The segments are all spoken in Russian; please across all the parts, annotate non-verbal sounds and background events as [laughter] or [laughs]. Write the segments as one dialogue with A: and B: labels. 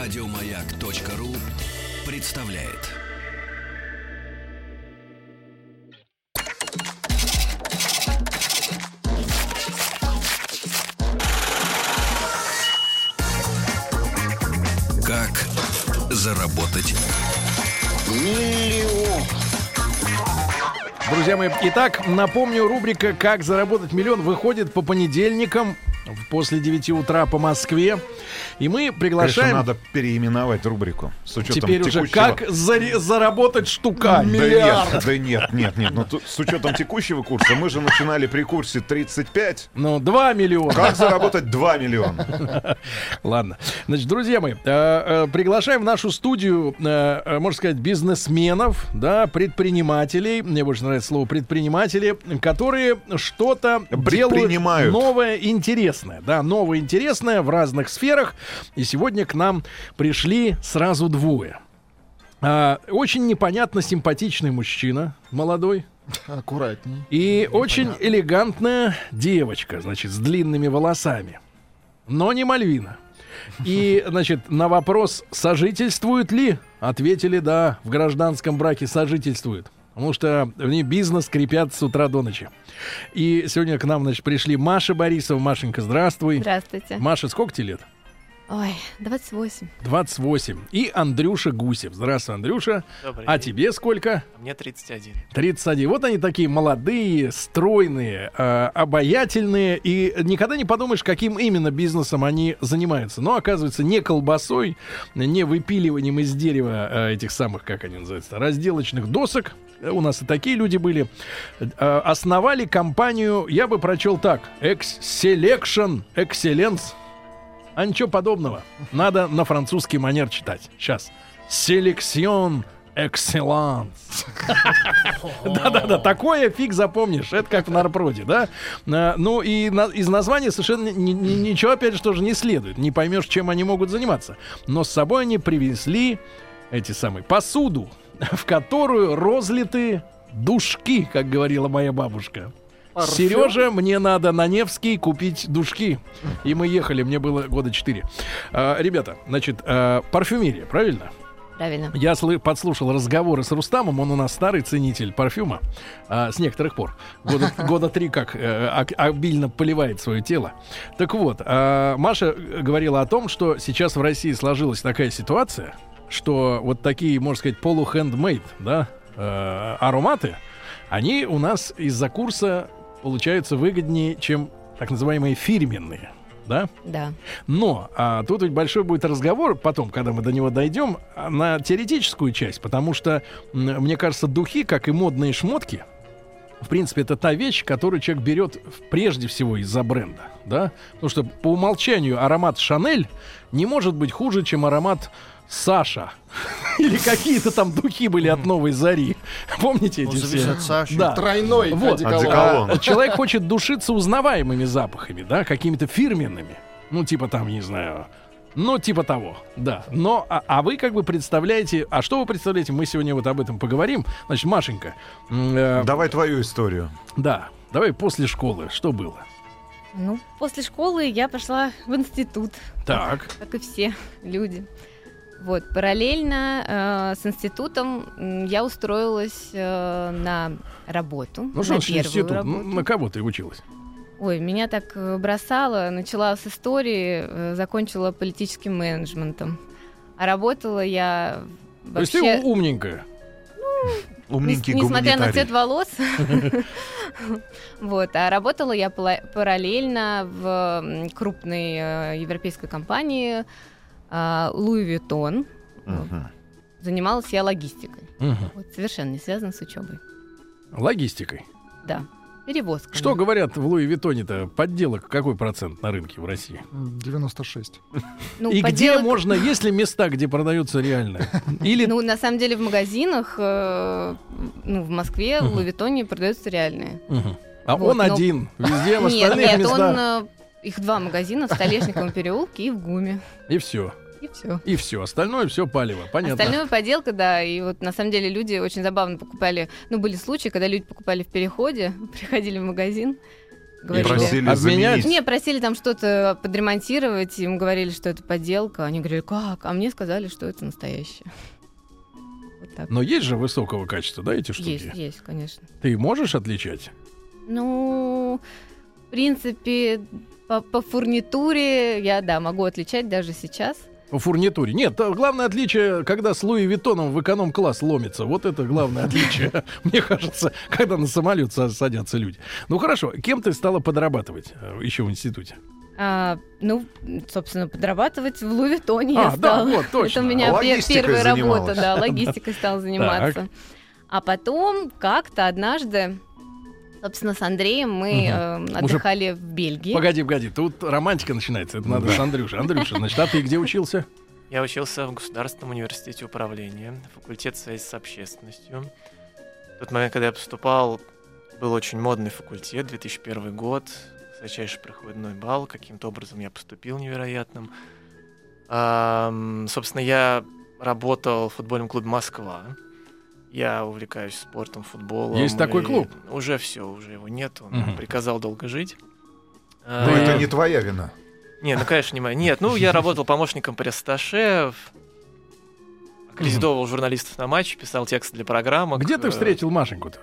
A: Радиомаяк.ру представляет. Как заработать
B: Друзья мои, итак, напомню, рубрика «Как заработать миллион» выходит по понедельникам в- после 9 утра по Москве. И мы
C: Конечно,
B: приглашаем
C: надо переименовать рубрику. С учетом
B: теперь уже
C: текущего...
B: «Как заре- заработать штука».
C: Да нет, да нет, нет, нет. Ну, тут с учетом текущего курса мы же начинали при курсе 35.
B: Ну, 2 миллиона.
C: Как заработать 2 миллиона?
B: Ладно. Значит, друзья мои, э, э, приглашаем в нашу студию, э, э, можно сказать, бизнесменов, да, предпринимателей. Мне больше нравится слово предприниматели, которые что-то делают
C: Предпринимают.
B: новое интересное. Да, новое интересное в разных сферах. И сегодня к нам пришли сразу двое. А, очень непонятно симпатичный мужчина, молодой.
D: Аккуратней.
B: И
E: Ну,
B: очень элегантная девочка, значит, с длинными волосами. Но не Мальвина.
E: [laughs]
B: И, значит, на вопрос, сожительствуют ли, ответили, да, в гражданском браке сожительствуют. Потому что они бизнес крепят с утра до ночи. И сегодня к нам, значит, пришли Маша Борисова. Машенька, здравствуй.
F: Здравствуйте.
B: Маша, сколько тебе лет?
F: Ой, 28.
B: 28. И Андрюша Гусев. Здравствуй, Андрюша.
E: Добрый
B: А
E: день.
B: тебе сколько?
E: Мне 31.
B: 31. Вот они такие молодые, стройные, э, обаятельные. И никогда не подумаешь, каким именно бизнесом они занимаются. Но оказывается, не колбасой, не выпиливанием из дерева э, этих самых, как они называются, разделочных досок. Э, У нас и такие люди были. Э, основали компанию, я бы прочел так, Ex-Selection Excellence. А ничего подобного. Надо на французский манер читать. Сейчас. Selection Excellence. Да-да-да, такое фиг запомнишь. Это как в Нарпроде, да? А, Ну и на- из названия совершенно ни- ни- ничего, опять же, тоже не следует. Не поймешь, чем они могут заниматься. Но с собой они привезли эти самые посуду, в которую розлиты душки, как говорила моя бабушка.
D: Парфюм?
B: Сережа, мне надо на Невский купить душки. И мы ехали, мне было года 4. ребята, значит, а, парфюмерия, правильно?
F: Правильно.
B: Я слы- подслушал разговоры с Рустамом, он у нас старый ценитель парфюма, а, с некоторых пор. Года, года три как э, ак- обильно поливает свое тело. Так вот, а, Маша говорила о том, что сейчас в России сложилась такая ситуация, что вот такие, можно сказать, полухендмейд, да, э, ароматы, они у нас из-за курса получаются выгоднее, чем так называемые фирменные, да?
F: Да.
B: Но а, тут ведь большой будет разговор потом, когда мы до него дойдем, а, на теоретическую часть, потому что, м, мне кажется, духи, как и модные шмотки, в принципе, это та вещь, которую человек берет в- прежде всего из-за бренда, да? Потому что по умолчанию аромат Шанель не может быть хуже, чем аромат Саша. [laughs] Или какие-то там духи были от новой зари. Помните эти все? Да.
D: Тройной
B: Вот.
D: одеколон.
C: Одеколон.
B: А, Человек хочет душиться узнаваемыми запахами, да, какими-то фирменными. Ну, типа там, не знаю. Ну, типа того, да. Но, а, а вы как бы представляете, а что вы представляете, мы сегодня вот об этом поговорим. Значит, Машенька, м, э,
C: Давай твою историю.
B: да, давай после школы, что было?
F: Ну, после школы я пошла в институт,
B: Так,
F: как и все люди. Вот, параллельно э, с институтом м, я устроилась э, на работу.
B: ну
F: на
B: что значит
F: первую
B: институт?
F: работу.
B: М, На кого ты училась?
F: Ой, меня так э, бросало. Начала с истории, э, закончила политическим менеджментом. А работала я
B: То есть
F: вообще...
B: ты у- умненькая.
C: Умненький
F: Нес- Несмотря на цвет
C: гуманитарий.
B: [laughs]
F: волос. Вот. А работала я пала- параллельно в м, крупной э, европейской компании а, Louis Vuitton.
C: Мгм.
F: Занималась я логистикой.
B: Мгм.
F: Вот, совершенно не связано с учебой.
B: Логистикой.
F: Да. Перевозка.
B: Что говорят в Луи Витоне-то? Подделок какой процент на рынке в России?
D: 96.
F: Ну,
B: И где можно, есть ли места, где продаются
F: [laughs]
B: реально? Или
F: Ну, на самом деле, в магазинах, э, ну, в Москве, в
B: Мгм.
F: Лувитоне продаются реальные.
B: Мгм. А
F: Вот,
B: он
F: но-
B: один. Везде в
F: [laughs] Нет,
B: остальных
F: нет,
B: местах.
F: он... э, Их два магазина в Столешниковом переулке и в ГУМе.
B: И все.
F: И все.
B: И все. Остальное все палево. Понятно.
F: Остальное поделка, да. И вот на самом деле люди [laughs] очень забавно покупали. Ну, были случаи, когда люди покупали в переходе, приходили в магазин говорили.
C: просили
B: Обменять?
C: заменить.
F: Не, просили там что-то подремонтировать, им говорили, что это подделка. Они говорили, как? А мне сказали, что это настоящее. Вот так.
B: Но есть же высокого качества, да, эти штуки?
F: есть, есть, конечно.
B: Ты можешь отличать?
F: Ну, в принципе, по, по фурнитуре я, да, могу отличать даже сейчас.
B: В фурнитуре. Нет, а главное отличие, когда с Луи Виттоном в эконом-класс ломится. Вот это главное отличие, [laughs]
F: [laughs]
B: мне кажется, когда на самолет са- садятся люди. Ну хорошо, кем ты стала подрабатывать еще в институте?
F: А, ну, собственно, подрабатывать в Лувитоне я
B: А, да,
F: стала.
B: вот, точно.
F: Это у меня пе-
C: Логистикой
F: первая работа,
B: [laughs]
C: занималась.
F: да, логистикой стала заниматься. А потом как-то однажды, собственно, с Андреем мы э,
B: Уже-
F: отдыхали в Бельгии.
B: Погоди, погоди, тут романтика начинается. Это надо с Андрюшей. Андрюша, значит, а ты где учился?
E: Я учился в Государственном университете управления, факультет связи с общественностью. В тот момент, когда я поступал, был очень модный факультет, 2001 год, высочайший проходной балл, каким-то образом я поступил невероятным. Ам, собственно, я работал в футбольном клубе «Москва». Я увлекаюсь спортом, футболом.
B: Есть такой
E: и
B: клуб?
E: Уже все, уже его нет. Он
B: Мгм. Ну,
E: приказал долго жить.
C: Но
E: А,
C: это не твоя вина.
E: не, ну конечно, не моя. Нет, ну я работал помощником пресс-атташе, в- Аккредитовывал журналистов на матче, писал тексты для
B: А
E: программок.
B: где ты
E: Э,
B: встретил Машеньку-то?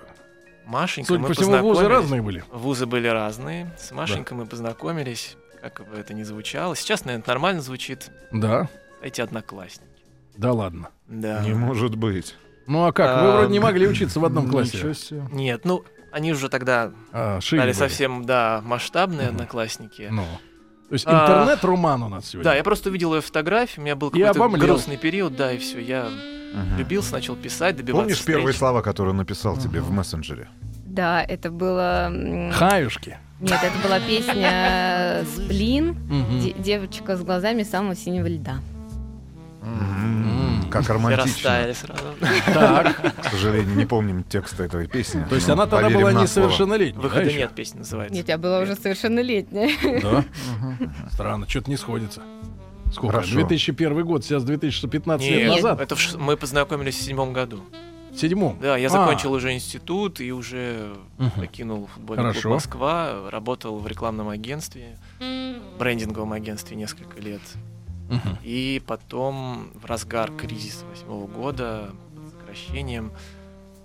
E: Машенька,
B: Судя
E: мы
B: по всему, вузы
E: познакомились.
B: разные были.
E: Вузы были разные. С Машенькой мы познакомились, как бы это ни звучало. Сейчас, наверное, нормально звучит.
B: Да,
E: Эти одноклассники.
B: да ладно.
E: Да.
C: Не может быть.
B: Ну а как? Вы
E: Эм,
B: вроде не могли учиться в одном
D: Ничего
B: классе.
D: себе.
E: Нет, ну они уже тогда
B: А, шире
E: стали
B: были.
E: совсем, да, масштабные
B: Мгм.
E: одноклассники.
B: Ну. То есть
E: А,
B: интернет-роман у нас сегодня.
E: Да, я просто увидел ее фотографию, у меня был
B: И
E: какой-то
B: обомлел.
E: грустный период, да, и все. Я влюбился, начал писать, добиваться
C: Помнишь
E: встреч.
C: первые слова, которые написал тебе в мессенджере?
F: Да, это было... м,
B: Хаюшки.
F: Нет, это была
B: [laughs]
F: песня «Сплин»,
B: Мгм.
F: де- «Девочка с глазами самого синего льда».
C: М, Как
E: Все
C: романтично.
E: растаяли сразу.
B: Так.
C: К сожалению, не помним текста этой песни.
B: То есть
C: Ну,
B: она тогда
C: поверим
B: была
C: на слово.
B: несовершеннолетней. да,
E: Выхода
B: ещё?
E: нет, песня называется.
F: Нет, я была уже совершеннолетняя.
B: Да. Странно, что-то не сходится. Сколько?
C: Хорошо.
B: 2001 год, сейчас 2015 лет
E: Нет,
B: назад.
E: это в ш- мы познакомились в седьмом году.
B: В седьмом.
E: Да, я
B: А.
E: закончил уже институт и уже
B: Мгм.
E: покинул футбольный
B: Хорошо.
E: клуб Москва, работал в рекламном агентстве, брендинговом агентстве несколько лет.
B: Мгм.
E: И потом в разгар кризиса восьмого года, под сокращением,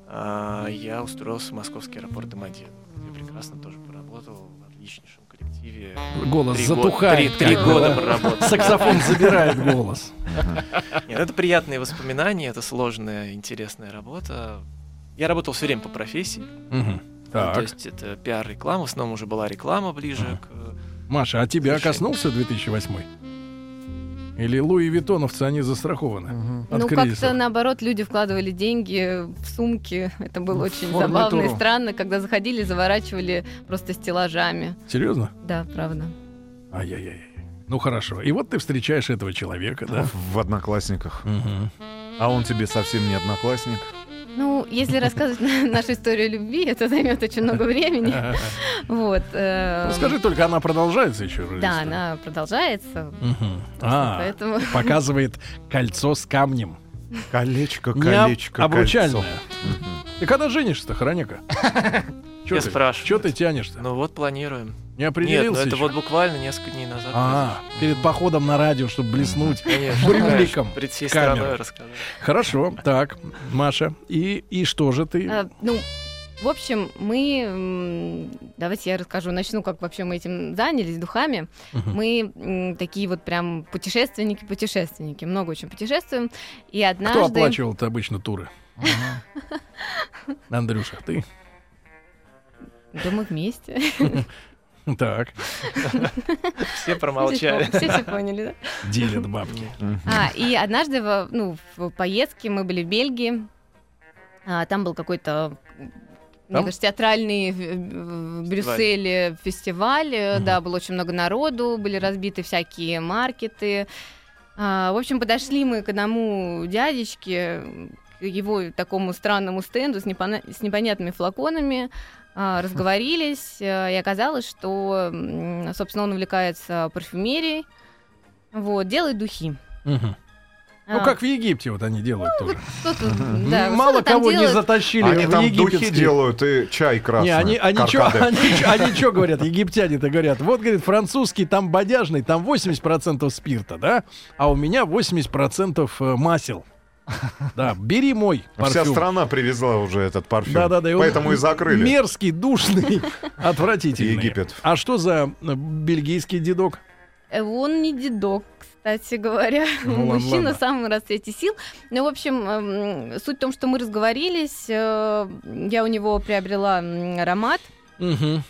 E: а, я устроился в московский аэропорт Домодедово, где прекрасно тоже поработал в отличнейшем коллективе.
B: Голос
E: Три года-
B: затухает.
E: три- три
B: как
E: года
B: бы, да.
E: проработал.
B: Саксофон забирает голос.
E: Нет, это приятные воспоминания, это сложная, интересная работа. Я работал все время по профессии.
B: Мгм.
E: Ну, то
B: Так,
E: есть это пиар-реклама, в основном уже была реклама ближе к... э,
B: Маша, а тебя
E: Совершенно.
B: коснулся 2008 Или Луи Витоновцы, они застрахованы?
D: Мгм.
B: От
F: Ну,
B: кризисов.
F: как-то наоборот, люди вкладывали деньги в сумки. Это
B: Ну,
F: было очень
D: форме
F: забавно и
D: туру.
F: странно, когда заходили, заворачивали просто стеллажами.
B: Серьезно?
F: Да, правда.
B: Ай-яй-яй. Ну хорошо. И вот ты встречаешь этого человека, да?
C: В одноклассниках.
F: [laughs]
B: Мгм.
C: А он тебе совсем не одноклассник.
F: Ну, если рассказывать на- [laughs] нашу историю любви, это займет очень много времени.
B: [laughs]
F: Вот. э,
B: Ну, Скажи только, она продолжается еще? или что?
F: Да, она продолжается.
B: Мгм. А,
F: Поэтому
B: показывает кольцо с камнем.
C: Колечко,
B: Не
C: колечко,
B: об-
C: кольцо.
B: обручальное. Ты когда женишься-то, Хроняка?
E: [laughs] Я спрашиваю.
B: Че ты тянешь-то?
E: Ну вот, планируем.
B: Не
E: Нет, ну
B: определился
E: это
B: еще?
E: вот буквально несколько дней назад.
B: А, перед походом на радио, чтобы блеснуть.
E: Конечно,
B: Брюликом
E: конечно, Перед всей
B: камеры.
E: страной расскажу.
B: Хорошо, так, Маша, и, и что же ты?
F: Э, Ну, в общем, мы... м, Давайте я расскажу, начну, как вообще мы этим занялись, духами.
B: Мгм.
F: Мы м, такие вот прям путешественники-путешественники. Много очень путешествуем. И однажды...
B: Кто оплачивал-то обычно туры? Андрюша,
F: [laughs]
B: ты?
F: Да мы вместе.
B: Так,
E: Все
F: [laughs]
E: промолчали.
F: Все все поняли, да?
B: делят
E: [laughs]
B: бабки.
F: А, и однажды во- ну, в поездке мы были в Бельгии. А, там был какой-то, мне
B: Там?
F: кажется, театральный э, в- в в Брюсселе фестиваль. Э,
B: Мгм.
F: Да, было очень много народу, были разбиты всякие маркеты. А, в общем, подошли мы к одному дядечке, к его такому странному стенду с, непона- с непонятными флаконами. а, Разговорились, э, и оказалось, что, м, собственно, он увлекается парфюмерией, вот, делает духи.
B: Мгм. Ну,
F: А, [laughs]
B: как в Египте вот они делают тоже.
F: кто-то,
B: М,
F: да,
B: Мало
F: кто-то там
B: кого не
F: делает.
B: затащили
C: Они
B: в
C: там духи
B: египетские.
C: делают и чай красный.
B: Не, они, они, чё,
C: каркаде.
B: [laughs] они, чё- они чё говорят, египтяне-то говорят, вот, говорит, французский там бодяжный, там 80% спирта, да, а у меня 80% масел. Да, бери мой
C: А Вся
B: парфюм.
C: страна привезла уже этот парфюм.
B: Да-да-да. и он
C: Поэтому и закрыли.
B: Мерзкий, душный,
C: [laughs]
B: отвратительный.
C: Египет.
B: А что за э, бельгийский дедок?
F: Э, Он не дедок, кстати говоря. [laughs]
B: Ну, ладно,
F: Мужчина
B: ладно.
F: в самом расцвете сил. Ну, в общем, эм, суть в том, что мы разговорились. э, Я у него приобрела м, аромат.
B: Мгм.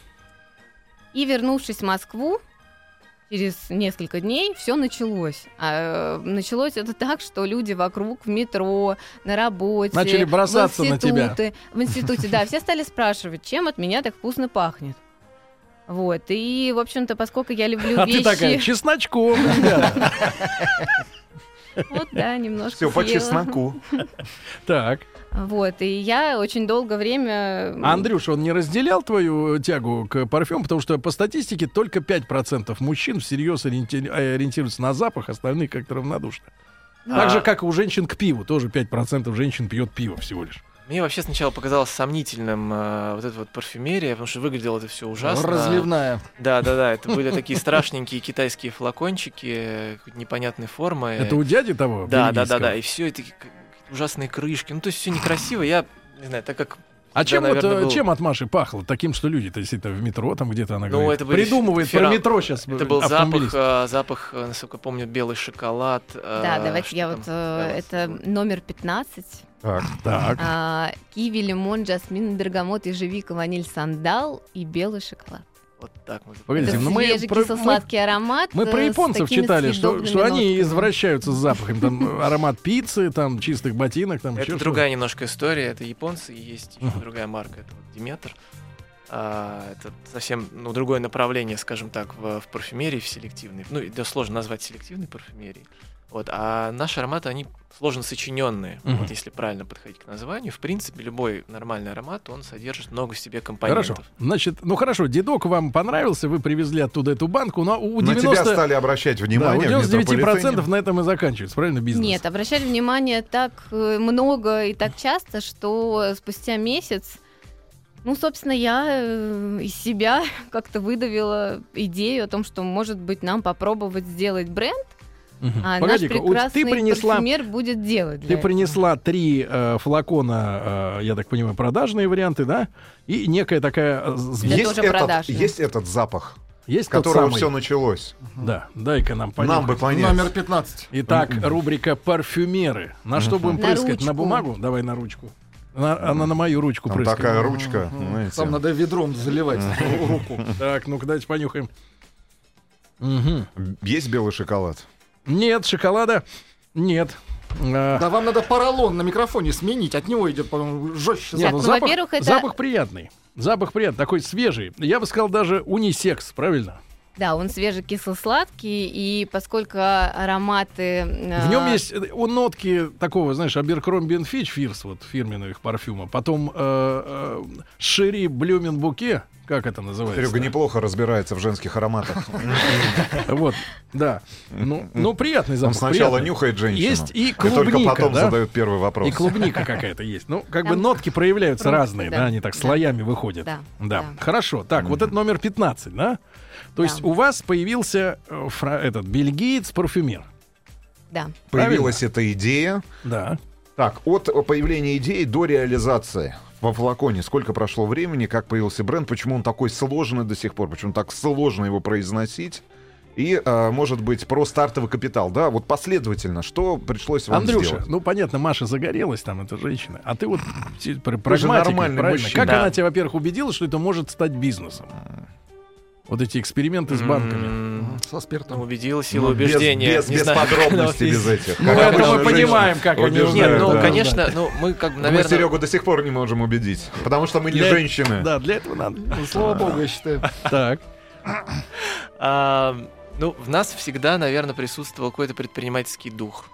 F: И вернувшись в Москву, через несколько дней все началось. А, э, началось это так, что люди вокруг в метро, на работе,
B: Начали бросаться
F: в
B: на тебя.
F: институты- В институте, да, все стали спрашивать, чем от меня так вкусно пахнет. Вот, и, в общем-то, поскольку я
B: [laughs]
F: люблю
B: А
F: вещи...
B: ты
F: [laughs]
B: такая,
C: [laughs]
B: чесночком, ребята.
F: Вот, да, немножко
C: Все по
F: съела.
C: чесноку.
B: Так.
F: Вот, и я очень долгое время...
B: А Андрюш, он не разделял твою тягу к парфюму, потому что по статистике только 5% мужчин всерьез ориенти- э, ориентируются на запах, остальные как-то равнодушно.
F: Да.
B: Так же,
E: А.
B: как и у женщин к пиву. Тоже 5% женщин пьет пиво всего лишь.
E: Мне вообще сначала показалось сомнительным э, вот эта вот парфюмерия, потому что выглядело это все ужасно.
D: Разливная.
E: Да, да, да. Это были такие страшненькие китайские флакончики э, какой-то непонятной формы.
B: Это у дяди того?
E: Э. Да, да,
B: бельгийского?
E: да, да. И все это как- какие-то ужасные крышки. Ну, то есть все некрасиво. Я не знаю, так как.
B: А
E: всегда,
B: чем, вот,
E: наверное,
B: э,
E: был-
B: чем от Маши пахло? Таким, что люди-то действительно в метро, там где-то она
E: Ну,
B: говорит,
E: это были
B: придумывает
E: фера-
B: про метро сейчас.
E: Это был запах, э, запах, э, насколько я помню, белый шоколад. э,
F: Да, давайте
E: что
F: я
E: там
F: вот... э,
E: давалось?
F: Это номер 15.
C: Так.
B: Так.
F: А, киви, лимон, жасмин, бергамот, ежевика, ваниль, сандал и белый шоколад.
E: Вот так мы
B: Погодите,
F: Это
B: ну мы
F: свежий
B: про- мы-
F: кисло-сладкий аромат.
B: Мы
F: э,
B: про
F: с
B: японцев
F: такими
B: читали, что,
F: съедобными
B: что они
F: нотками.
B: извращаются с запахом. Там э, аромат пиццы, там чистых ботинок, там
E: Это
B: еще
E: другая немножко история. Это японцы, и есть еще
B: Мгм.
E: другая марка, это вот Диметр. А, это совсем ну, другое направление, скажем так, в, в парфюмерии, в селективной. Ну, это сложно назвать селективной парфюмерией. Вот, а наши ароматы, они сложно сочиненные,
B: Мгм.
E: вот если правильно подходить к названию. В принципе, любой нормальный аромат, он содержит много в себе компонентов.
B: Хорошо. Значит, ну хорошо, дедок вам понравился, вы привезли оттуда эту банку, но у
C: На Ну, тебя
B: 90...
C: стали обращать
B: Да, у
C: внимание. в
B: 99%
C: метрополитене.
B: на этом и заканчивается, правильно, бизнес?
F: Нет, обращали внимание так э, много и так часто, что спустя месяц, ну, собственно, я э, из себя [laughs] как-то выдавила идею о том, что, может быть, нам попробовать сделать бренд,
B: Мгм.
F: а
B: Погоди-ка,
F: наш
B: у-
F: прекрасный
B: ты принесла,
F: парфюмер будет делать.
B: ты
F: для этого.
B: принесла три э, флакона, э, я так понимаю, продажные варианты, да? И некая такая... э, с-
F: Это
C: Есть
F: тоже
C: этот,
F: продажный.
C: есть этот запах, с
B: Есть тот
C: которого
B: самый?
C: все началось.
B: Да, дай-ка нам понюхать.
C: Нам бы понять.
D: Номер 15.
B: Итак, рубрика «Парфюмеры». На что будем
F: На
B: прыскать? На
F: ручку.
B: бумагу? Давай на ручку. На- она на мою ручку
C: Там
B: прыскает.
C: такая ручка,
D: Мгм.
C: знаете.
D: Там надо ведром заливать руку.
B: Так, ну-ка, давайте понюхаем. Мгм.
C: Есть белый шоколад?
B: Нет, шоколада нет. А,
D: Да вам надо поролон на микрофоне сменить, от него идет, по-моему, жестче.
B: не,
F: Так,
B: ну
F: ну,
B: запах,
F: во-первых, это-
B: запах приятный. Запах приятный, такой свежий. Я бы сказал даже унисекс, правильно?
F: Да, он свежекисло-сладкий, и поскольку ароматы...
B: В
F: А.
B: нем есть э, у нотки такого, знаешь, Аберкромби Фич, Фирс, вот фирменного их парфюма. Потом э, э, Шири Блюмен Буке, как это называется?
C: Серега неплохо разбирается в
B: [laughs]
C: женских ароматах.
B: Вот, да. Ну, ну, приятный
C: Он
B: запах.
C: сначала
B: приятный.
C: нюхает женщину.
B: Есть и
C: И только
B: клубника,
C: потом
B: да?
C: задают первый вопрос.
B: И клубника какая-то есть. Ну, как бы
F: Там
B: нотки проявляются
F: фрукты,
B: разные, да,
F: да.
B: они так
F: Да.
B: слоями выходят.
F: Да,
B: Да.
F: да.
B: Хорошо. Так, вот это номер 15, да? То есть
F: Да.
B: у вас появился э, фра- этот бельгиец-парфюмер.
F: Да.
C: Появилась эта идея.
B: Да.
C: Так, от появления идеи до реализации во флаконе. Сколько прошло времени, как появился бренд, почему он такой сложный до сих пор, почему так сложно его произносить. И, э, может быть, про стартовый капитал, да? Вот последовательно, что пришлось вам
B: Андрюша,
C: сделать?
B: ну понятно, Маша загорелась там, эта женщина. А ты вот пси- пр-
C: же
B: прагматик,
C: нормальный
B: правильно?
C: мужчина.
B: Как
E: Да.
B: она тебя, во-первых, убедила, что это может стать бизнесом? Вот эти эксперименты с
C: М-м.
B: банками.
E: М,
D: Со
E: ну,
D: спиртом.
E: убедил сила
C: Ну, без-
E: убеждения.
C: Без,
E: не
C: без
E: знаю. [laughs]
C: подробностей,
E: Ну,
C: без этих.
B: Ну,
C: Как
B: это
C: обычно
B: мы
C: женщины
B: понимаем, как они
C: убеждают,
E: Нет, ну,
B: Да, да.
E: конечно, ну, мы как бы,
C: Мы
E: наверное...
C: Серегу до сих пор не можем убедить, потому что мы не
B: Для-
C: женщины.
B: Да, для этого надо.
D: Ну, Слава богу, я считаю.
B: [laughs] Так.
E: А, ну, в нас всегда, наверное, присутствовал какой-то предпринимательский дух.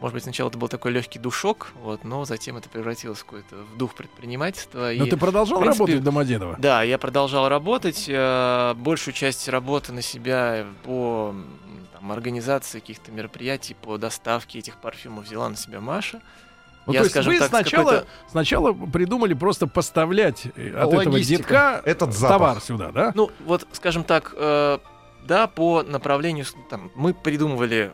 E: Может быть, сначала это был такой легкий душок, вот, но затем это превратилось в какой-то в дух предпринимательства. и-
B: Но Ну, ты продолжал
E: в принципе,
B: работать в Домодедово?
E: Да, я продолжал работать. э, Большую часть работы на себя по м, там, там, организации каких-то мероприятий по доставке этих парфюмов взяла на себя Маша.
B: Ну,
E: Я,
B: то есть
E: скажем
B: вы
E: так, с
B: сначала,
E: какой-то-
B: сначала придумали просто поставлять э, от этого
D: Логистика.
B: детка
C: Этот
B: э,
C: запах.
B: товар сюда, да?
E: Ну, вот, скажем так, э, да, по направлению, с- там, мы придумывали,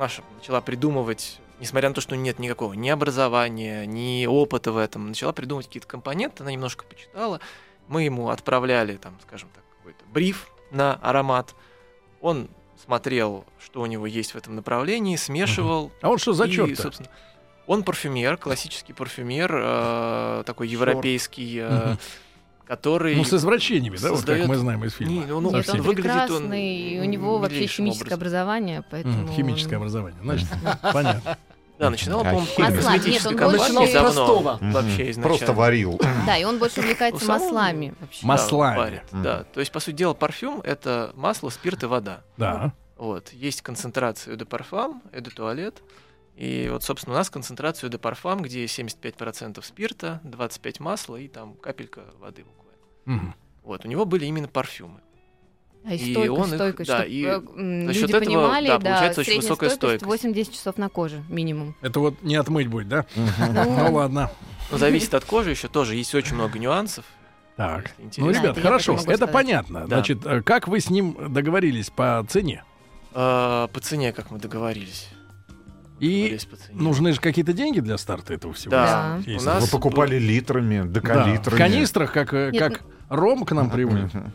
E: Маша начала придумывать, несмотря на то, что нет никакого ни образования, ни опыта в этом, начала придумывать какие-то компоненты, она немножко почитала, мы ему отправляли, там, скажем так, какой-то бриф на аромат, он смотрел, что у него есть в этом направлении, смешивал,
B: А он что за
E: и,
B: черт?
E: собственно, он парфюмер, классический парфюмер, э, такой европейский, э,
B: Мгм.
E: который...
B: Ну, с извращениями, да, вот как
E: создаёт-
B: мы знаем из фильма.
E: Не, ну,
F: Нет, он
B: А, совсем.
E: выглядит он
F: прекрасный, и у него вообще
E: милейшим
F: химическое
E: образом.
F: образование, поэтому...
B: М, Химическое
F: он-
B: образование.
E: [laughs]
B: Значит, понятно.
E: Да, начинал,
C: А
E: по-моему,
C: химик.
E: как
F: Масла, нет,
E: косметической
F: он
E: компании
F: больше-
D: Начинал с
E: давно.
D: простого.
C: Мгм.
E: Вообще изначально.
C: Просто варил.
F: Да, и он больше увлекается
E: У самого-
F: маслами вообще.
B: Мас-
E: Да,
B: Маслами.
E: варит,
C: Мгм.
E: Да, то есть, по сути дела, парфюм — это масло, спирт и вода.
B: Да.
E: Вот. Есть концентрация де парфам, э де туалет. И вот, собственно, у нас концентрацию де парфам, где 75% спирта, 25% масла и там капелька воды буквально.
B: Мгм.
E: Вот, у него были именно парфюмы.
F: А и
E: И
F: стойкость,
E: он их-
F: стойкость,
E: да,
F: чтоб,
E: и
F: э, м,
E: за
F: люди
E: счёт этого,
F: понимали,
E: да,
F: да,
E: получается очень
F: средняя
E: высокая стойкость.
F: 80 часов на коже минимум.
B: Это вот не отмыть будет, да?
C: Мгм.
B: [laughs] Ну ладно.
E: Но зависит от кожи еще тоже. Есть очень много нюансов.
B: Так.
E: если
B: Ну,
E: интересно.
F: Да,
B: ребят,
F: это я
B: хорошо,
F: тоже могу
B: это
F: сказать.
B: понятно. Значит, э, как вы с ним договорились по цене?
E: А, по цене, как мы договорились.
B: И ну,
E: Договорились по цене.
B: нужны же какие-то деньги для старта этого всего.
E: Да.
B: Есть.
E: У нас
C: Вы покупали литрами,
B: Да,
C: декалитрами.
B: В канистрах, как, э,
F: Нет, ну-
B: как ром к нам приводит.
C: Мгм.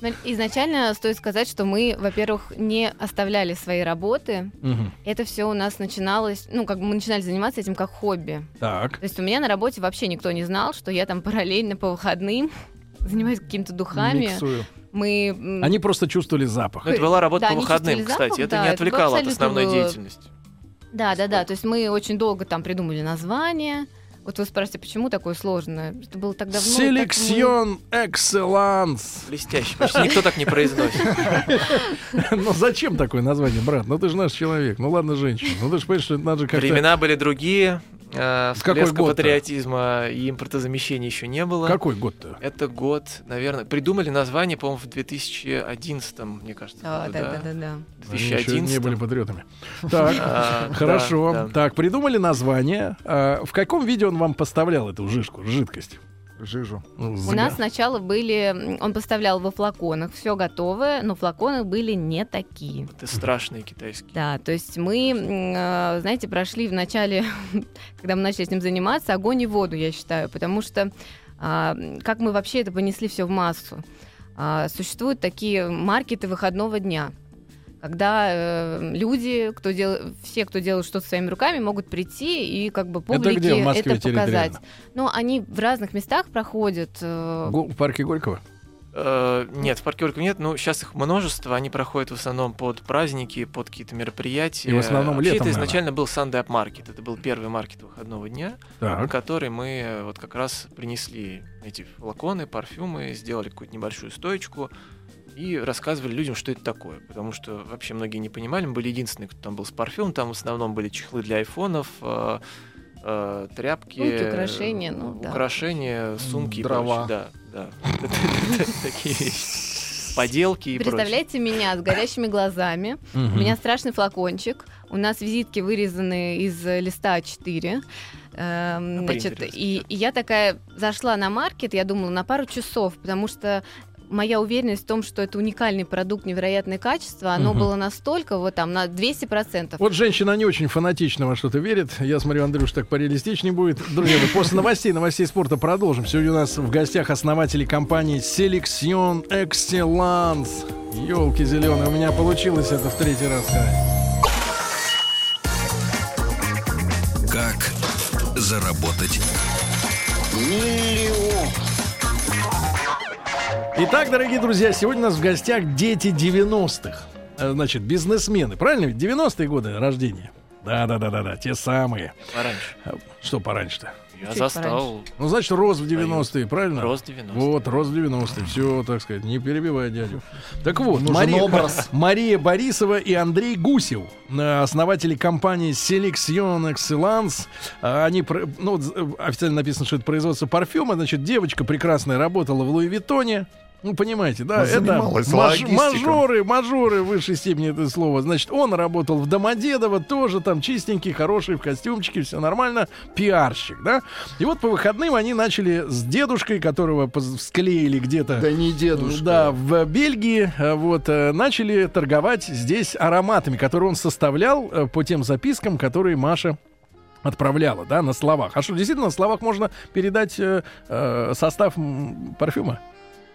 F: Но Изначально стоит сказать, что мы, во-первых, не оставляли свои работы.
B: Мгм.
F: Это все у нас начиналось, ну, как бы мы начинали заниматься этим как хобби.
B: Так.
F: То есть у меня на работе вообще никто не знал, что я там параллельно по выходным [laughs] занимаюсь какими-то духами.
B: Миксую.
F: Мы... м,
B: Они просто чувствовали запах.
E: Но Ну, это была работа
F: Да,
E: по
F: они
E: выходным,
F: чистили
E: кстати.
F: запах,
E: это
F: да,
E: не
F: это было
E: отвлекало от
F: абсолютно
E: основной
F: было-
E: деятельности.
F: Да, да, да. То есть мы очень долго там придумали название. Вот вы спрашиваете, почему такое сложное? Это было так давно. так мы-
B: Селекцион экселанс. [laughs]
E: Блестяще. Почти никто так не произносит.
B: Ну зачем такое название, брат? Ну ты же наш человек. Ну ладно, женщина. Ну ты же понимаешь, что это надо же как-то...
E: Времена были другие. э,
B: С какой
E: Всплеска
B: год-то?
E: патриотизма и импортозамещения еще не было.
B: Какой год-то?
E: Это год, наверное, придумали название, по-моему, в 2011, мне кажется.
F: Да,
E: году,
F: А, да, да, да, да.
B: Они еще
E: 2011.
B: не были патриотами.
F: [laughs]
B: Так, [laughs]
E: А,
B: хорошо.
E: да, да.
B: Так, придумали название. А, в каком виде он вам поставлял эту жижку, жидкость?
C: Жижу.
B: Ну,
F: У
B: зга-
F: нас сначала были, м, он поставлял во флаконах все готовое, но флаконы были не такие.
E: Это страшные китайские.
F: Да, то есть мы, м, э, знаете, прошли в начале, [laughs] когда мы начали этим заниматься, огонь и воду, я считаю, потому что а, м, как мы вообще это понесли все в массу? А, Существуют такие маркеты выходного дня, когда э, люди, кто дел... все, кто делают что-то своими руками, могут прийти и как бы публике
B: где, в Москве
F: это показать.
B: территориально?
F: Но они в разных местах проходят. э,
B: Го- В парке Горького?
E: Э, Нет, в парке Горького нет, но сейчас их множество, они проходят в основном под праздники, под какие-то мероприятия.
B: И в основном
E: Вообще,
B: летом,
E: это
B: наверное.
E: изначально был Sunday Up Market, это был первый маркет выходного дня, на
B: Так.
E: который мы э, вот как раз принесли эти флаконы, парфюмы, сделали какую-то небольшую стоечку и рассказывали людям, что это такое, потому что вообще многие не понимали, мы были единственные, кто там был с парфюмом, там в основном были чехлы для айфонов, э, э, тряпки,
F: Сумки, украшения, ну, да.
E: украшения, сумки, и
D: Дрова.
E: прочее, да, да, [laughs] такие вещи. поделки и прочее.
F: Представляете меня с горящими глазами,
B: Мгм.
F: У меня страшный флакончик. У нас визитки вырезаны из э, листа А4. Эм,
B: Ну,
E: На
F: Значит,
E: принтере
F: и,
E: растет.
F: и я такая зашла на маркет, я думала, на пару часов, потому что моя уверенность в том, что это уникальный продукт невероятное качество, оно
B: Мгм.
F: было настолько, вот там, на 200%.
B: Вот женщина не очень фанатично во что-то верит. Я смотрю, Андрюш, так пореалистичнее будет. Друзья, мы после новостей, новостей спорта продолжим. Сегодня у нас в гостях основатели компании Selection Excellence. Елки зеленые, у меня получилось это в третий раз сказать.
A: Как заработать?
B: Итак, дорогие друзья, сегодня у нас в гостях дети 90-х. Э, Значит, бизнесмены. Правильно ведь? 90-е годы рождения. Да-да-да-да-да, те самые.
E: Пораньше.
B: Э, Что пораньше-то?
E: Я
F: Чуть
E: застал
B: Ну, значит, рост в 90-е, правильно?
E: рост 90.
B: Вот, рост 90 Все, так сказать, не перебивай дядю. Так вот,
D: Нужен
B: Мария,
D: образ.
B: [laughs] Мария Борисова и Андрей Гусев, э, основатели компании Selection Excellence. Э, Они, про- ну, вот, э, официально написано, что это производство парфюма. Значит, девочка прекрасная работала в Луи Виттоне. Ну, понимаете, да, это
C: Занималась
B: маж-
C: логистикой.
B: мажоры, мажоры в высшей степени это слово. Значит, он работал в Домодедово, тоже там чистенький, хороший, в костюмчике, все нормально, пиарщик, да. И вот по выходным они начали с дедушкой, которого поз- склеили где-то.
D: Да не дедушка.
B: Да, в Бельгии э, вот э, начали торговать здесь ароматами, которые он составлял э, по тем запискам, которые Маша отправляла, да, на словах. А что, действительно, на словах можно передать э, э, состав м, парфюма